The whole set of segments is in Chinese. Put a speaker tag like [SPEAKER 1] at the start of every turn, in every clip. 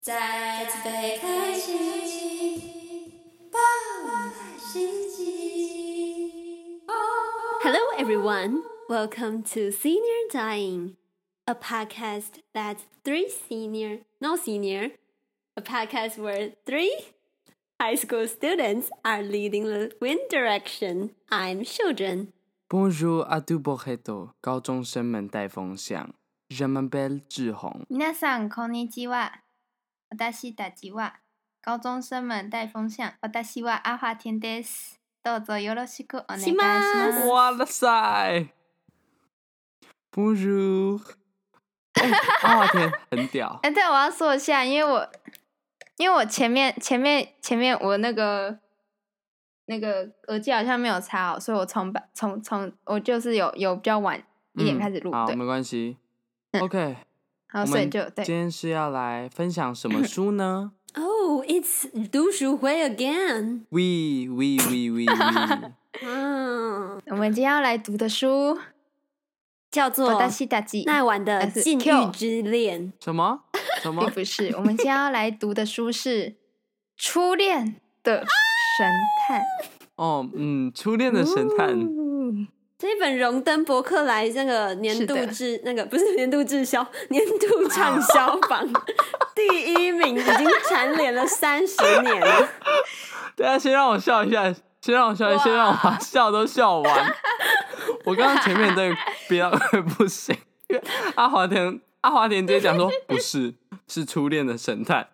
[SPEAKER 1] 再次被开启，爆满心机。
[SPEAKER 2] Hello, everyone. Welcome to Senior Dying, a podcast that three senior, no senior, a podcast where three high school students are leading the wind direction. I'm Shoujen.
[SPEAKER 3] Bonjour à tous, b o r e t o 高中生们带风向。Je m'appelle 志宏，
[SPEAKER 4] 皆さんこんにちは。私たちは高中生们带风向。私は阿华田です。どうぞよろしくお願いしま
[SPEAKER 2] し
[SPEAKER 4] す。
[SPEAKER 3] 哇啦塞！Bonjour，哎、阿华田很 屌，
[SPEAKER 4] 哎，对，我要说一下，因为我因为我前面前面前面我那个那个耳机好像没有插好，所以我从把从从我就是有有比较晚一
[SPEAKER 3] 嗯
[SPEAKER 4] 点开始录，
[SPEAKER 3] 好，
[SPEAKER 4] 对，
[SPEAKER 3] 没关系。
[SPEAKER 4] 嗯
[SPEAKER 3] OK，
[SPEAKER 4] 然后
[SPEAKER 3] 我
[SPEAKER 4] 所以
[SPEAKER 3] 们
[SPEAKER 4] 就对
[SPEAKER 3] 今天是要来分享什么书 呢
[SPEAKER 2] Oh, it's Du Shu Hui again.
[SPEAKER 3] ？We we we we we，
[SPEAKER 2] 嗯，
[SPEAKER 4] 我们今天要来读的书
[SPEAKER 2] 叫
[SPEAKER 4] 《
[SPEAKER 2] 做
[SPEAKER 4] 私たち》，
[SPEAKER 2] 哦那晚的
[SPEAKER 4] 还是
[SPEAKER 2] 禁欲
[SPEAKER 4] Q
[SPEAKER 2] 之恋。
[SPEAKER 3] 什么什
[SPEAKER 4] 并
[SPEAKER 3] 么？
[SPEAKER 4] 不是，我们今天要来读的书是《 初恋的神探》。
[SPEAKER 3] 哦，嗯，初恋的神探，
[SPEAKER 4] 嗯
[SPEAKER 2] 这本荣登伯克莱那个年度
[SPEAKER 4] 是的
[SPEAKER 2] 滞那个不是年度滞销，年度畅销 榜第一名，已经蝉联了三十年了。
[SPEAKER 3] 大家先让我笑一下，先让我笑一下，先让我把笑都笑完。我刚刚前面 那个憋到快不行，因为阿华田阿华田直接讲说不是，是初恋的神探。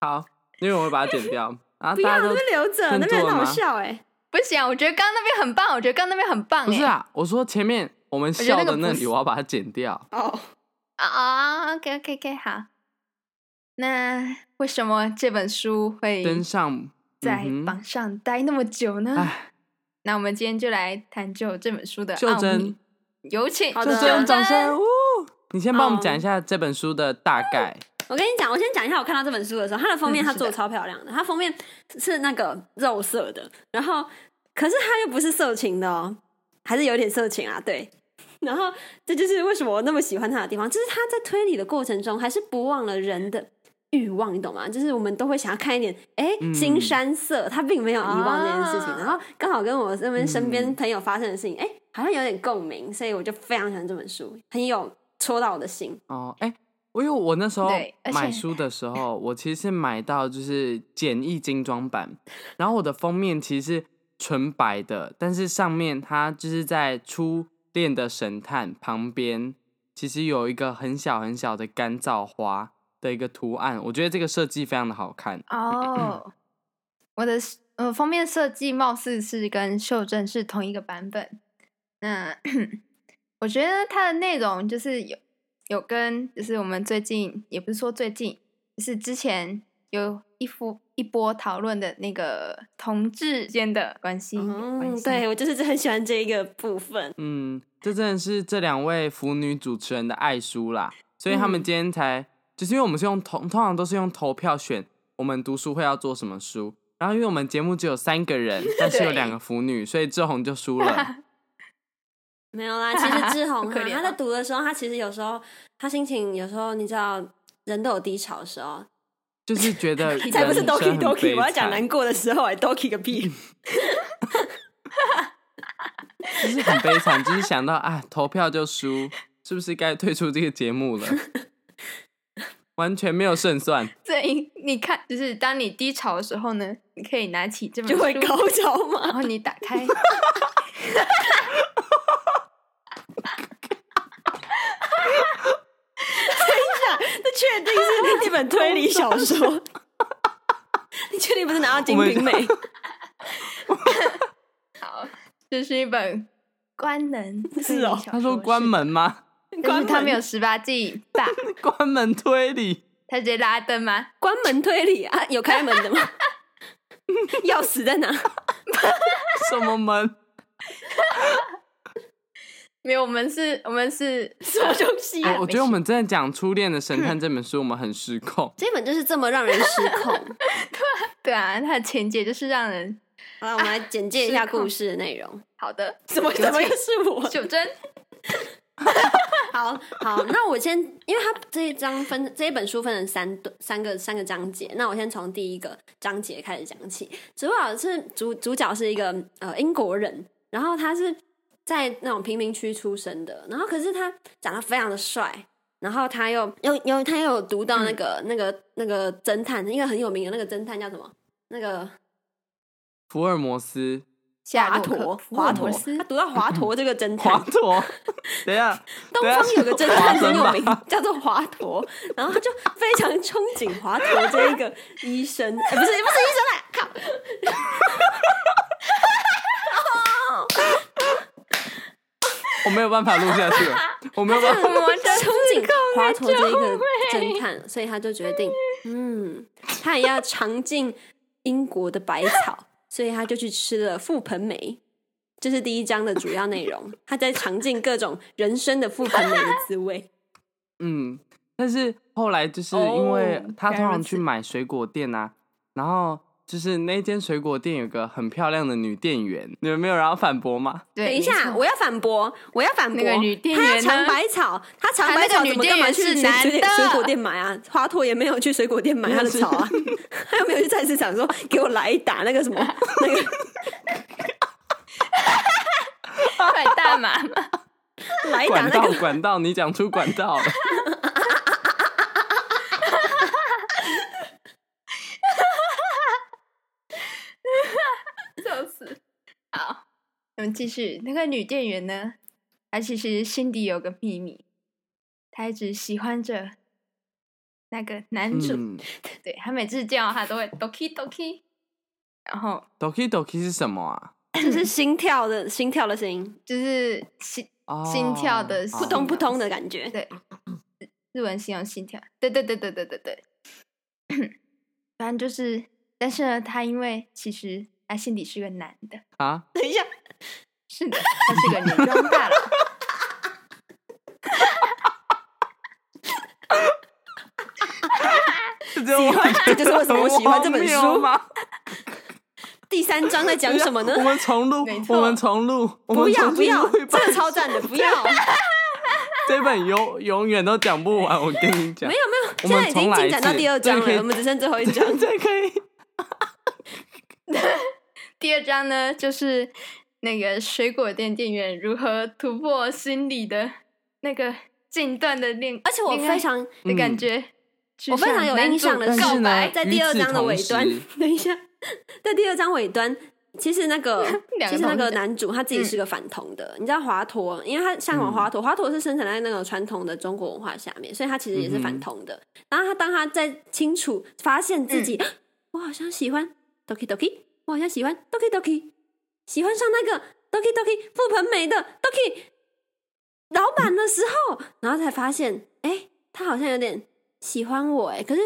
[SPEAKER 3] 好，因为我会把它剪掉 啊，
[SPEAKER 2] 不要，
[SPEAKER 3] 大家
[SPEAKER 2] 那
[SPEAKER 3] 都
[SPEAKER 2] 边留着，
[SPEAKER 3] 更
[SPEAKER 2] 那边
[SPEAKER 3] 多
[SPEAKER 2] 很
[SPEAKER 3] 了
[SPEAKER 2] 好
[SPEAKER 3] 吗
[SPEAKER 2] 笑哎、
[SPEAKER 4] 不行啊，我觉得刚刚那边很棒，我觉得刚刚那边很棒
[SPEAKER 3] 不是
[SPEAKER 4] 欸
[SPEAKER 3] 啊，我说前面我们
[SPEAKER 4] 觉得
[SPEAKER 3] 笑
[SPEAKER 4] 那个
[SPEAKER 3] 的那
[SPEAKER 4] 不
[SPEAKER 3] 里，
[SPEAKER 4] 是
[SPEAKER 3] 我要把它剪掉。
[SPEAKER 2] 哦，
[SPEAKER 4] 啊啊，OK OK OK，好。那为什么这本书会
[SPEAKER 3] 登上嗯
[SPEAKER 4] 在
[SPEAKER 3] 哼
[SPEAKER 4] 榜上待那么久呢？
[SPEAKER 3] 唉，
[SPEAKER 4] 那我们今天就来探究这本书的
[SPEAKER 3] 秀
[SPEAKER 4] 呃奥
[SPEAKER 3] 珍
[SPEAKER 4] 秘。有请
[SPEAKER 2] 好
[SPEAKER 3] 秀
[SPEAKER 2] 的
[SPEAKER 3] 珍，
[SPEAKER 4] 珍
[SPEAKER 3] 掌声！呜你先帮我们
[SPEAKER 2] 哦
[SPEAKER 3] 讲一下这本书的大概。
[SPEAKER 2] 我跟你讲，我先讲一下我看到这本书的时候，它的封面
[SPEAKER 4] 嗯
[SPEAKER 2] 它
[SPEAKER 4] 是
[SPEAKER 2] 做的
[SPEAKER 4] 的
[SPEAKER 2] 超漂亮的，它封面是那个肉色的，然后可是它又不是色情的哦，还是有点色情啊，对。然后这就是为什么我那么喜欢它的地方，就是它在推理的过程中还是不忘了人的欲望，你懂吗？就是我们都会想要看一点，哎，
[SPEAKER 3] 嗯
[SPEAKER 2] 新山色，它并没有遗忘这件事情。
[SPEAKER 4] 啊
[SPEAKER 2] 然后刚好跟我那边身边
[SPEAKER 3] 嗯
[SPEAKER 2] 朋友发生的事情，哎，好像有点共鸣，所以我就非常喜欢这本书，很有戳到我的心。
[SPEAKER 3] 哦，哎、我因为我那时候
[SPEAKER 4] 对而
[SPEAKER 3] 买
[SPEAKER 4] 且
[SPEAKER 3] 书的时候，我其实是买到就是简易精装版，然后我的封面其实是纯白的，但是上面它就是在初恋的神探旁边，其实有一个很小很小的干燥花的一个图案，我觉得这个设计非常的好看。
[SPEAKER 2] 嗯
[SPEAKER 4] 哦。我的是呃封面设计貌似是跟秀珍是同一个版本。那 我觉得它的内容就是有有跟就是我们最近也不是说最近，就是之前有一夫一波讨论的那个同志间的关系有关
[SPEAKER 2] 嗯，
[SPEAKER 4] 系。
[SPEAKER 2] 对我就是很喜欢这一个部分。
[SPEAKER 3] 嗯，这真的是这两位腐女主持人的爱书啦，所以他们
[SPEAKER 2] 嗯
[SPEAKER 3] 今天才、就是因为我们是用通通常都是用投票选我们读书会要做什么书，然后因为我们节目只有三个人，但是有两个腐女，所以志宏就输 了。
[SPEAKER 2] 没有 啦，其实志
[SPEAKER 4] 好
[SPEAKER 2] 宏
[SPEAKER 4] 可
[SPEAKER 2] 哈，
[SPEAKER 4] 怜
[SPEAKER 2] 他
[SPEAKER 4] 哦
[SPEAKER 2] 在读的时候，他其实有时候他心情有时候你知道，人都有低潮的时候，
[SPEAKER 3] 就是觉 得人
[SPEAKER 2] 才不是
[SPEAKER 3] 生
[SPEAKER 2] doki
[SPEAKER 3] 很
[SPEAKER 2] doki，
[SPEAKER 3] 悲
[SPEAKER 2] 我要讲
[SPEAKER 3] 惨
[SPEAKER 2] 难过的时候，哎，doki 个 屁！
[SPEAKER 3] 就是很悲惨，就是想到啊，投票就输，是不是该退出这个节目了？ 完全没有胜 算，
[SPEAKER 4] 所以你看，就是当你低潮的时候呢，你可以拿起这本
[SPEAKER 2] 就会
[SPEAKER 4] 书
[SPEAKER 2] 高潮
[SPEAKER 4] 然
[SPEAKER 2] 嘛。
[SPEAKER 4] 后你打 开。
[SPEAKER 2] 这确定是一本推理小说？ 你确定不是拿到金瓶梅？
[SPEAKER 4] 好，这是一本关 门
[SPEAKER 2] 是哦
[SPEAKER 3] 他说关，门吗？
[SPEAKER 4] 推理小说是但
[SPEAKER 2] 关
[SPEAKER 4] 是
[SPEAKER 2] 门
[SPEAKER 4] 他没有十八禁 吧？
[SPEAKER 3] 关门推理。
[SPEAKER 4] 他直接拉登吗？
[SPEAKER 2] 关门推理啊，有开门的吗？钥匙在哪？
[SPEAKER 3] 什么门？
[SPEAKER 4] 没有，我们是，我们是
[SPEAKER 2] 什么东西啊？
[SPEAKER 4] 哎
[SPEAKER 3] 我我觉得我们真的讲《初恋的神探》这本书，我们很失控。
[SPEAKER 2] 这本就是这么让人失控。
[SPEAKER 4] 对啊，它的情节就是让人
[SPEAKER 2] 好了，我们来简介一下故事的内容。
[SPEAKER 4] 好的。
[SPEAKER 2] 怎么
[SPEAKER 4] 有
[SPEAKER 2] 怎么
[SPEAKER 4] 请
[SPEAKER 2] 又是我？
[SPEAKER 4] 九珍，
[SPEAKER 2] 好好，那我先，因为它这一章分这一本书分成三段三个三个章节，那我先从第一个章节开始讲起。主角是主主角是一个呃英国人，然后他是在那种贫民区出生的，然后可是他长得非常的帅，然后他又又又他又有读到那个、
[SPEAKER 4] 嗯
[SPEAKER 2] 那个那个侦探，一个很有名的那个侦探叫什么？那个
[SPEAKER 3] 福尔摩斯，
[SPEAKER 4] 夏
[SPEAKER 2] 华
[SPEAKER 4] 洛克
[SPEAKER 2] 佗，
[SPEAKER 4] 福
[SPEAKER 2] 华
[SPEAKER 4] 尔摩
[SPEAKER 2] 佗，
[SPEAKER 4] 斯
[SPEAKER 2] 他读到华佗这个侦探
[SPEAKER 3] 华，佗。等一下，
[SPEAKER 2] 东
[SPEAKER 3] 对啊
[SPEAKER 2] 方有个侦探很有名
[SPEAKER 3] 华生吧，
[SPEAKER 2] 叫做华佗，然后他就非常憧憬华佗这一个医生，呃不是不是医生啦，靠！
[SPEAKER 3] 我没有办法录下去了， 我没有办法。
[SPEAKER 4] 我的
[SPEAKER 2] 憧憬华佗这一个侦探，所以他就决定，嗯，他也要尝尽英国的百草，所以他就去吃了覆盆梅。这是第一章的主要内容，他在尝尽各种人生的覆盆梅的滋味。
[SPEAKER 3] 嗯，但是后来就是因为
[SPEAKER 4] 哦
[SPEAKER 3] 他
[SPEAKER 4] 原
[SPEAKER 3] 通
[SPEAKER 4] 来如
[SPEAKER 3] 常去
[SPEAKER 4] 此
[SPEAKER 3] 买水果店啊，然后就是那间水果店有个很漂亮的女店员，你们没有然后反驳吗？
[SPEAKER 4] 对
[SPEAKER 2] 等一
[SPEAKER 4] 没
[SPEAKER 2] 下，
[SPEAKER 4] 错
[SPEAKER 2] 我要反驳，我要反驳。
[SPEAKER 4] 那个女店员
[SPEAKER 2] 她
[SPEAKER 4] 呢
[SPEAKER 2] 要尝百草，她尝百
[SPEAKER 4] 她那
[SPEAKER 2] 草
[SPEAKER 4] 个
[SPEAKER 2] 怎
[SPEAKER 4] 女
[SPEAKER 2] 么
[SPEAKER 4] 店
[SPEAKER 2] 干嘛
[SPEAKER 4] 员
[SPEAKER 2] 去
[SPEAKER 4] 是
[SPEAKER 2] 水
[SPEAKER 4] 男
[SPEAKER 2] 水
[SPEAKER 4] 的
[SPEAKER 2] 水果店买啊？华佗也没有去水果店买他的草 啊，他又没有去菜市场说给我来一打那个什么那个
[SPEAKER 4] 买大 麻嘛，
[SPEAKER 2] 来一哎打
[SPEAKER 3] 管
[SPEAKER 2] 那
[SPEAKER 3] 道
[SPEAKER 2] 个
[SPEAKER 3] 管道，你讲出管 道了。
[SPEAKER 4] 笑死。好，我们继续。那个女店员呢，她其实心底有个秘密，她一直喜欢着那个男主。
[SPEAKER 3] 嗯
[SPEAKER 4] 对她每次见到他都会 doki doki，然后
[SPEAKER 3] ，Doki Doki 是什么啊？
[SPEAKER 2] 就是心跳的心跳的声音，
[SPEAKER 4] 就是心
[SPEAKER 3] 哦
[SPEAKER 4] 心跳的
[SPEAKER 3] 好
[SPEAKER 2] 扑通扑通的感觉。
[SPEAKER 4] 对，
[SPEAKER 2] 嗯
[SPEAKER 4] 日文形容心跳，对对对对对对对，反正就是，但是呢，他因为其实他心底是个男的，
[SPEAKER 3] 啊，
[SPEAKER 2] 等一下，
[SPEAKER 4] 是的，他是个女装大佬。
[SPEAKER 3] 喜欢
[SPEAKER 2] 这就是为什么我喜欢这
[SPEAKER 3] 啊
[SPEAKER 2] 本书
[SPEAKER 3] 吗？
[SPEAKER 2] 第三章在讲什么呢
[SPEAKER 3] 我？们重录
[SPEAKER 4] 没，错
[SPEAKER 3] 我们重录，我
[SPEAKER 2] 不
[SPEAKER 3] 们
[SPEAKER 2] 要
[SPEAKER 3] 重
[SPEAKER 2] 不
[SPEAKER 3] 新
[SPEAKER 2] 要，
[SPEAKER 3] 录一
[SPEAKER 2] 这
[SPEAKER 3] 本
[SPEAKER 2] 个超赞的，不要！
[SPEAKER 3] 这本永永远都讲不完，我跟你讲。
[SPEAKER 2] 没有没有，
[SPEAKER 3] 我
[SPEAKER 2] 现
[SPEAKER 3] 们
[SPEAKER 2] 在已经
[SPEAKER 3] 重来
[SPEAKER 2] 进
[SPEAKER 3] 一
[SPEAKER 2] 展到
[SPEAKER 3] 次
[SPEAKER 2] 第二
[SPEAKER 3] 这个
[SPEAKER 2] 章
[SPEAKER 3] 可以
[SPEAKER 2] 了，我们只剩最后一 章。
[SPEAKER 3] 这可以。
[SPEAKER 4] 第二章呢，就是那个水果店店员如何突破心理的那个近段的恋，
[SPEAKER 2] 而且我
[SPEAKER 4] 恋爱
[SPEAKER 2] 非常
[SPEAKER 4] 的感觉。
[SPEAKER 2] 我非常有印象的
[SPEAKER 4] 去向
[SPEAKER 2] 呢
[SPEAKER 3] 但是
[SPEAKER 4] 男主告白，
[SPEAKER 2] 在第二章的尾端
[SPEAKER 3] 与此同，
[SPEAKER 2] 等一下，在第二章尾端，其实那 个
[SPEAKER 4] 两
[SPEAKER 2] 其实
[SPEAKER 4] 个
[SPEAKER 2] 那
[SPEAKER 4] 同
[SPEAKER 2] 个
[SPEAKER 4] 志
[SPEAKER 2] 男主他自己
[SPEAKER 3] 嗯
[SPEAKER 2] 是个反同的，你知道华佗，因为他向往华佗，华佗是生产在那种传统的中国文化下面，所以他其实也是反同的。然后他当他在清楚发现自己，我好像喜欢 doki doki，我好像喜欢 doki doki，喜欢上那个 doki doki 覆盆梅的 doki 老板的时候，然后才发现，哎、他好像有点喜欢我、哎，可是，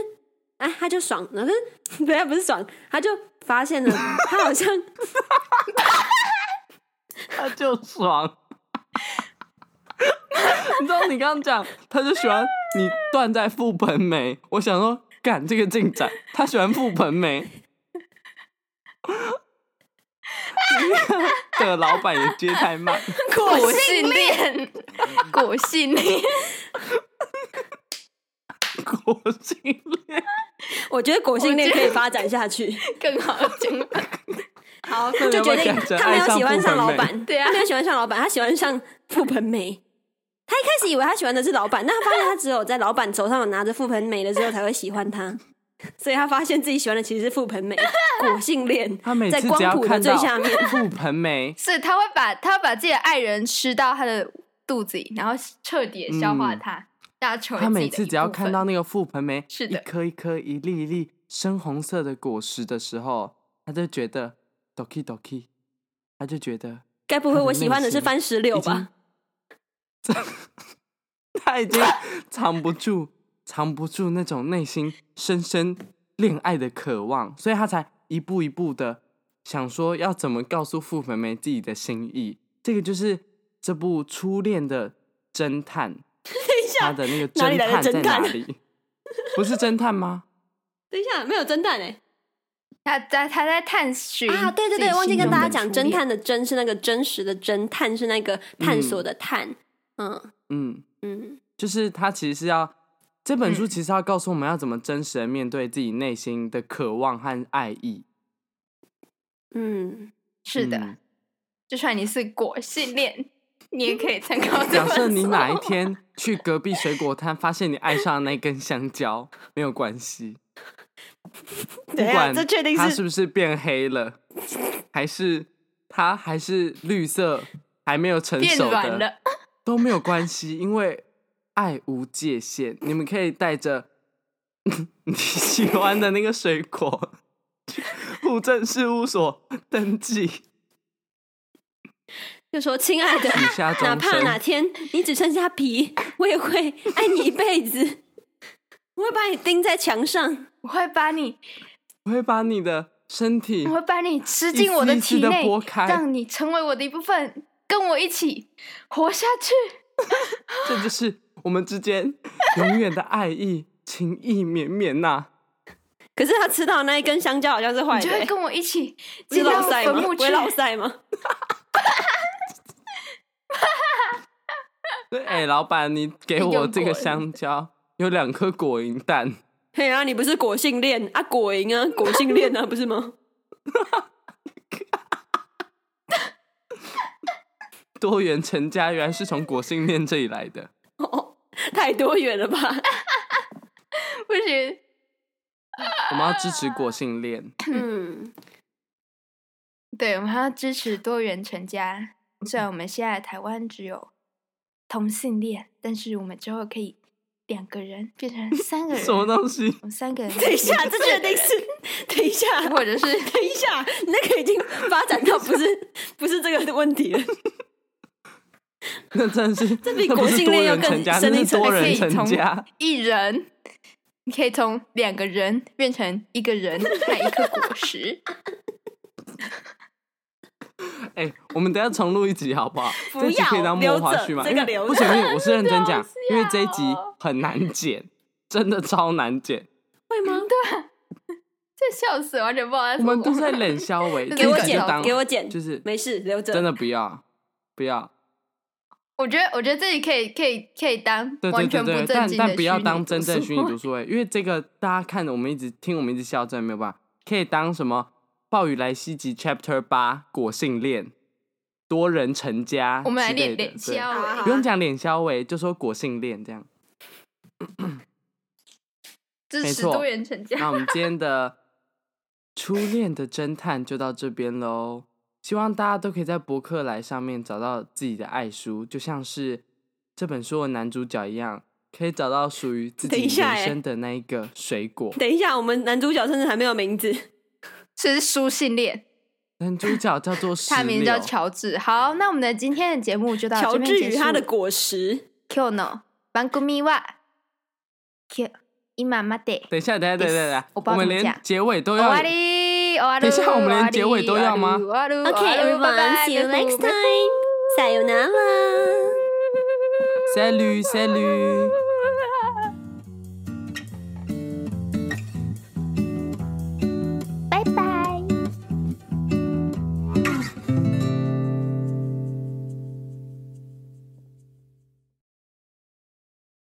[SPEAKER 2] 哎，他就爽了，可是 不要不是爽，他就发现了，他好像
[SPEAKER 3] 他就爽。 你知道你刚刚讲，他就喜欢你断在覆盆梅，我想说，干这个进展，他喜欢覆盆梅。 的老板也接太 慢，
[SPEAKER 4] 果性恋，果性恋，
[SPEAKER 3] 国性恋。
[SPEAKER 2] 我觉得果性恋可以发展下去。
[SPEAKER 4] 更好听。
[SPEAKER 2] 好，
[SPEAKER 3] 那
[SPEAKER 2] 就
[SPEAKER 3] 有没
[SPEAKER 2] 决
[SPEAKER 3] 有
[SPEAKER 2] 定
[SPEAKER 3] 感觉
[SPEAKER 2] 他没有
[SPEAKER 3] 爱上
[SPEAKER 2] 喜欢上老
[SPEAKER 3] 覆盆
[SPEAKER 2] 板，
[SPEAKER 4] 对啊
[SPEAKER 2] 他没有喜欢上老板，他喜欢上覆盆梅。他一开始以为他喜欢的是老板，但他发现他只有在老板手上有拿着覆盆梅的时候才会喜欢他，所以他发现自己喜欢的其实是覆盆梅，果性恋。
[SPEAKER 3] 他每
[SPEAKER 2] 在
[SPEAKER 3] 次只要
[SPEAKER 2] 光谱的
[SPEAKER 3] 看
[SPEAKER 2] 最
[SPEAKER 3] 到
[SPEAKER 2] 下面，
[SPEAKER 3] 覆盆梅，
[SPEAKER 4] 是他会把他会把自己的爱人吃到他的肚子里，然后彻底地消化
[SPEAKER 3] 嗯
[SPEAKER 4] 它，让它成为
[SPEAKER 3] 他
[SPEAKER 4] 自己
[SPEAKER 3] 每
[SPEAKER 4] 的
[SPEAKER 3] 次
[SPEAKER 4] 一
[SPEAKER 3] 只要
[SPEAKER 4] 部
[SPEAKER 3] 看
[SPEAKER 4] 分
[SPEAKER 3] 到那个覆盆梅，
[SPEAKER 4] 是
[SPEAKER 3] 一
[SPEAKER 4] 的
[SPEAKER 3] 颗一颗、一粒一粒深红色的果实的时候，他就觉得 doki doki，他就觉得
[SPEAKER 2] 该不会我喜欢的是番石榴
[SPEAKER 3] 已经
[SPEAKER 2] 吧？，
[SPEAKER 3] 他已经藏不住、藏不住那种内心深深恋爱的渴望，所以他才一步一步的想说要怎么告诉傅培梅自己的心意。这个就是这部初恋的侦探，
[SPEAKER 2] 等一
[SPEAKER 3] 他
[SPEAKER 2] 下，
[SPEAKER 3] 的那个
[SPEAKER 2] 哪里来
[SPEAKER 3] 侦
[SPEAKER 2] 的
[SPEAKER 3] 探在
[SPEAKER 2] 侦
[SPEAKER 3] 哪
[SPEAKER 2] 探
[SPEAKER 3] 里？不是侦探吗？
[SPEAKER 2] 等一下，没有侦探哎、
[SPEAKER 4] 他在他在探寻
[SPEAKER 2] 啊，对对
[SPEAKER 4] 自己
[SPEAKER 2] 对，忘记
[SPEAKER 4] 心
[SPEAKER 2] 跟
[SPEAKER 4] 中
[SPEAKER 2] 大家
[SPEAKER 4] 的
[SPEAKER 2] 讲，
[SPEAKER 4] 初
[SPEAKER 2] 侦
[SPEAKER 4] 恋
[SPEAKER 2] 探的侦是那个真实的侦，探是那个探索的探。嗯，
[SPEAKER 3] 嗯，
[SPEAKER 2] 嗯
[SPEAKER 3] 就是它其实是要这本书
[SPEAKER 4] 嗯
[SPEAKER 3] 其实要告诉我们要怎么真实的面对自己内心的渴望和爱意。
[SPEAKER 2] 嗯，
[SPEAKER 4] 是的，
[SPEAKER 3] 嗯
[SPEAKER 4] 就算你是果性恋， 你也可以参考这
[SPEAKER 3] 假
[SPEAKER 4] 本
[SPEAKER 3] 设你
[SPEAKER 4] 书
[SPEAKER 3] 哪一天去隔壁水果摊，发现你爱上了那根香蕉，没有关系，不
[SPEAKER 2] 等
[SPEAKER 4] 啊
[SPEAKER 2] 一下，
[SPEAKER 3] 管
[SPEAKER 2] 啊这确定
[SPEAKER 3] 它
[SPEAKER 2] 是
[SPEAKER 3] 是不是变黑了，还是它还是绿色，还没有成
[SPEAKER 4] 变
[SPEAKER 3] 熟
[SPEAKER 4] 软
[SPEAKER 3] 的，
[SPEAKER 4] 了，
[SPEAKER 3] 都没有关系，因为爱无界限。你们可以带着 你喜欢的那个水果去户政事务所登记。
[SPEAKER 2] 就说：“亲爱 的
[SPEAKER 3] 许 下，终
[SPEAKER 2] 哪怕
[SPEAKER 3] 身
[SPEAKER 2] 哪天你只剩下皮， 我也会爱你一辈子。我会把你钉在墙上。
[SPEAKER 4] 我会把你，
[SPEAKER 3] 我会把你的身体
[SPEAKER 4] 我会把你吃
[SPEAKER 3] 一
[SPEAKER 4] 进我
[SPEAKER 3] 丝一丝
[SPEAKER 4] 体
[SPEAKER 3] 地
[SPEAKER 4] 内
[SPEAKER 3] 剥，开
[SPEAKER 4] 让你成为我的一部分，跟我一起活下去。
[SPEAKER 3] 这就是我们 之间永远的爱意，情意绵绵呐、”
[SPEAKER 2] 可是他吃到的那一根香蕉好像是坏
[SPEAKER 4] 你就
[SPEAKER 2] 的、
[SPEAKER 4] 会
[SPEAKER 2] 欸，
[SPEAKER 4] 跟我一起
[SPEAKER 2] 是
[SPEAKER 4] 进到
[SPEAKER 2] 老塞
[SPEAKER 4] 坟
[SPEAKER 2] 吗？
[SPEAKER 4] 墓
[SPEAKER 2] 不
[SPEAKER 4] 去
[SPEAKER 2] 会。老塞吗？
[SPEAKER 3] 对，哎、老板，你给
[SPEAKER 4] 有
[SPEAKER 3] 我这个
[SPEAKER 4] 果
[SPEAKER 3] 香蕉，有两颗果蝇蛋，
[SPEAKER 2] 嘿啊，你不是果性恋啊，果蝇啊，果性恋啊，不是吗？
[SPEAKER 3] 多元成家原来是从果性恋这里来的。
[SPEAKER 2] 哦，太多元了吧？
[SPEAKER 4] 不 行，
[SPEAKER 3] 我们要支持
[SPEAKER 2] 啊
[SPEAKER 3] 果性恋，
[SPEAKER 2] 嗯，
[SPEAKER 4] 对我们还要支持多元成家。虽然我们现在台湾只有同性恋，但是我们之后可以两个人变成三个人，
[SPEAKER 3] 什么东西？
[SPEAKER 4] 我们三个人
[SPEAKER 2] 等一
[SPEAKER 4] 变成
[SPEAKER 2] 下，这确定
[SPEAKER 4] 四
[SPEAKER 2] 是？等一下，
[SPEAKER 4] 个人，或者是
[SPEAKER 2] 等一下，那个已经发展到不是 不是这个的问题了。
[SPEAKER 3] 那真的 是，这
[SPEAKER 2] 比
[SPEAKER 3] 不
[SPEAKER 2] 国
[SPEAKER 3] 是
[SPEAKER 2] 庆
[SPEAKER 3] 多
[SPEAKER 2] 恋又
[SPEAKER 3] 人
[SPEAKER 2] 更
[SPEAKER 3] 成家，
[SPEAKER 2] 生
[SPEAKER 3] 那
[SPEAKER 2] 命
[SPEAKER 3] 是 多
[SPEAKER 4] 存
[SPEAKER 3] 人
[SPEAKER 4] 在可以
[SPEAKER 3] 成
[SPEAKER 4] 从
[SPEAKER 3] 家。
[SPEAKER 4] 一人，你可以从两个人变成一个人和一颗 果实。
[SPEAKER 3] 哎、我们等一下重录一集好不好？
[SPEAKER 2] 不
[SPEAKER 3] 这集可以
[SPEAKER 2] 要
[SPEAKER 3] 当
[SPEAKER 2] 留
[SPEAKER 3] 末花
[SPEAKER 2] 着
[SPEAKER 3] 絮嘛？
[SPEAKER 2] 这
[SPEAKER 3] 因
[SPEAKER 2] 个
[SPEAKER 3] 为
[SPEAKER 2] 留
[SPEAKER 3] 不行
[SPEAKER 2] 着
[SPEAKER 3] 不行，我是认真 讲
[SPEAKER 4] 好，
[SPEAKER 3] 因为这一集
[SPEAKER 4] 笑
[SPEAKER 3] 很难剪，真的超难剪。
[SPEAKER 2] 会吗？
[SPEAKER 4] 这笑死，完全不知道在
[SPEAKER 3] 我
[SPEAKER 4] 说什
[SPEAKER 3] 们
[SPEAKER 4] 么
[SPEAKER 3] 都在冷消 维，
[SPEAKER 4] 给
[SPEAKER 2] 给
[SPEAKER 3] 这
[SPEAKER 2] 我
[SPEAKER 3] 一集就
[SPEAKER 2] 剪，
[SPEAKER 3] 当
[SPEAKER 2] 给我
[SPEAKER 4] 嗯
[SPEAKER 2] 剪，
[SPEAKER 3] 就是
[SPEAKER 2] 没事，留着。
[SPEAKER 3] 真的不要，不要，
[SPEAKER 4] 我觉得，我觉得这里可以，可以，可以当
[SPEAKER 3] 对对
[SPEAKER 4] 完
[SPEAKER 3] 对
[SPEAKER 4] 全不
[SPEAKER 3] 对，
[SPEAKER 4] 正
[SPEAKER 3] 但
[SPEAKER 4] 经的
[SPEAKER 3] 但不要
[SPEAKER 4] 虚拟
[SPEAKER 3] 当
[SPEAKER 4] 读
[SPEAKER 3] 真正
[SPEAKER 4] 书
[SPEAKER 3] 虚拟读书欸会，因为这个大家看着我们一直听我们一直笑，真的没有办法。可以当什么《暴雨来袭》集 Chapter 八果性恋、多人成家之类的，
[SPEAKER 4] 我们来练脸
[SPEAKER 3] 对
[SPEAKER 4] 笑
[SPEAKER 2] 好啊好
[SPEAKER 4] 欸
[SPEAKER 2] 啊
[SPEAKER 3] 不用讲脸消维，就说果性恋这样。
[SPEAKER 4] 支
[SPEAKER 3] 没
[SPEAKER 4] 持
[SPEAKER 3] 错
[SPEAKER 4] 多元成家。
[SPEAKER 3] 那我们今天的初恋的侦探就到这边喽。希望大家都可以在博客来上面找到自己的爱书，就像是这本书的男主角一样，可以找到属于自己
[SPEAKER 2] 等一下
[SPEAKER 3] 人
[SPEAKER 2] 欸
[SPEAKER 3] 生的那一个水果。
[SPEAKER 2] 等一下，我们男主角甚至还没有名字。
[SPEAKER 4] 这是书信恋，
[SPEAKER 3] 男主角叫做石
[SPEAKER 4] 他的名字叫
[SPEAKER 3] 榴
[SPEAKER 4] 乔治。好，那我们的今天的节目就到
[SPEAKER 2] 乔
[SPEAKER 4] 这边
[SPEAKER 2] 治
[SPEAKER 4] 结
[SPEAKER 2] 与
[SPEAKER 4] 束。
[SPEAKER 2] 他的果实，
[SPEAKER 4] Q 呢？番組は今日まで
[SPEAKER 3] 等一下，等一下，等一下，等一下，
[SPEAKER 4] 我不知道
[SPEAKER 3] 们
[SPEAKER 4] 怎么
[SPEAKER 3] 连
[SPEAKER 4] 讲
[SPEAKER 3] 结尾都
[SPEAKER 4] 終
[SPEAKER 3] 要
[SPEAKER 4] わ。り終わる。
[SPEAKER 3] 等一下我们连结尾都要吗
[SPEAKER 4] 終わる
[SPEAKER 2] Okay,
[SPEAKER 4] 終わる
[SPEAKER 2] everyone.
[SPEAKER 4] 拜拜
[SPEAKER 2] See you next time.
[SPEAKER 4] 拜拜
[SPEAKER 2] sayonara。
[SPEAKER 3] Salut, salut。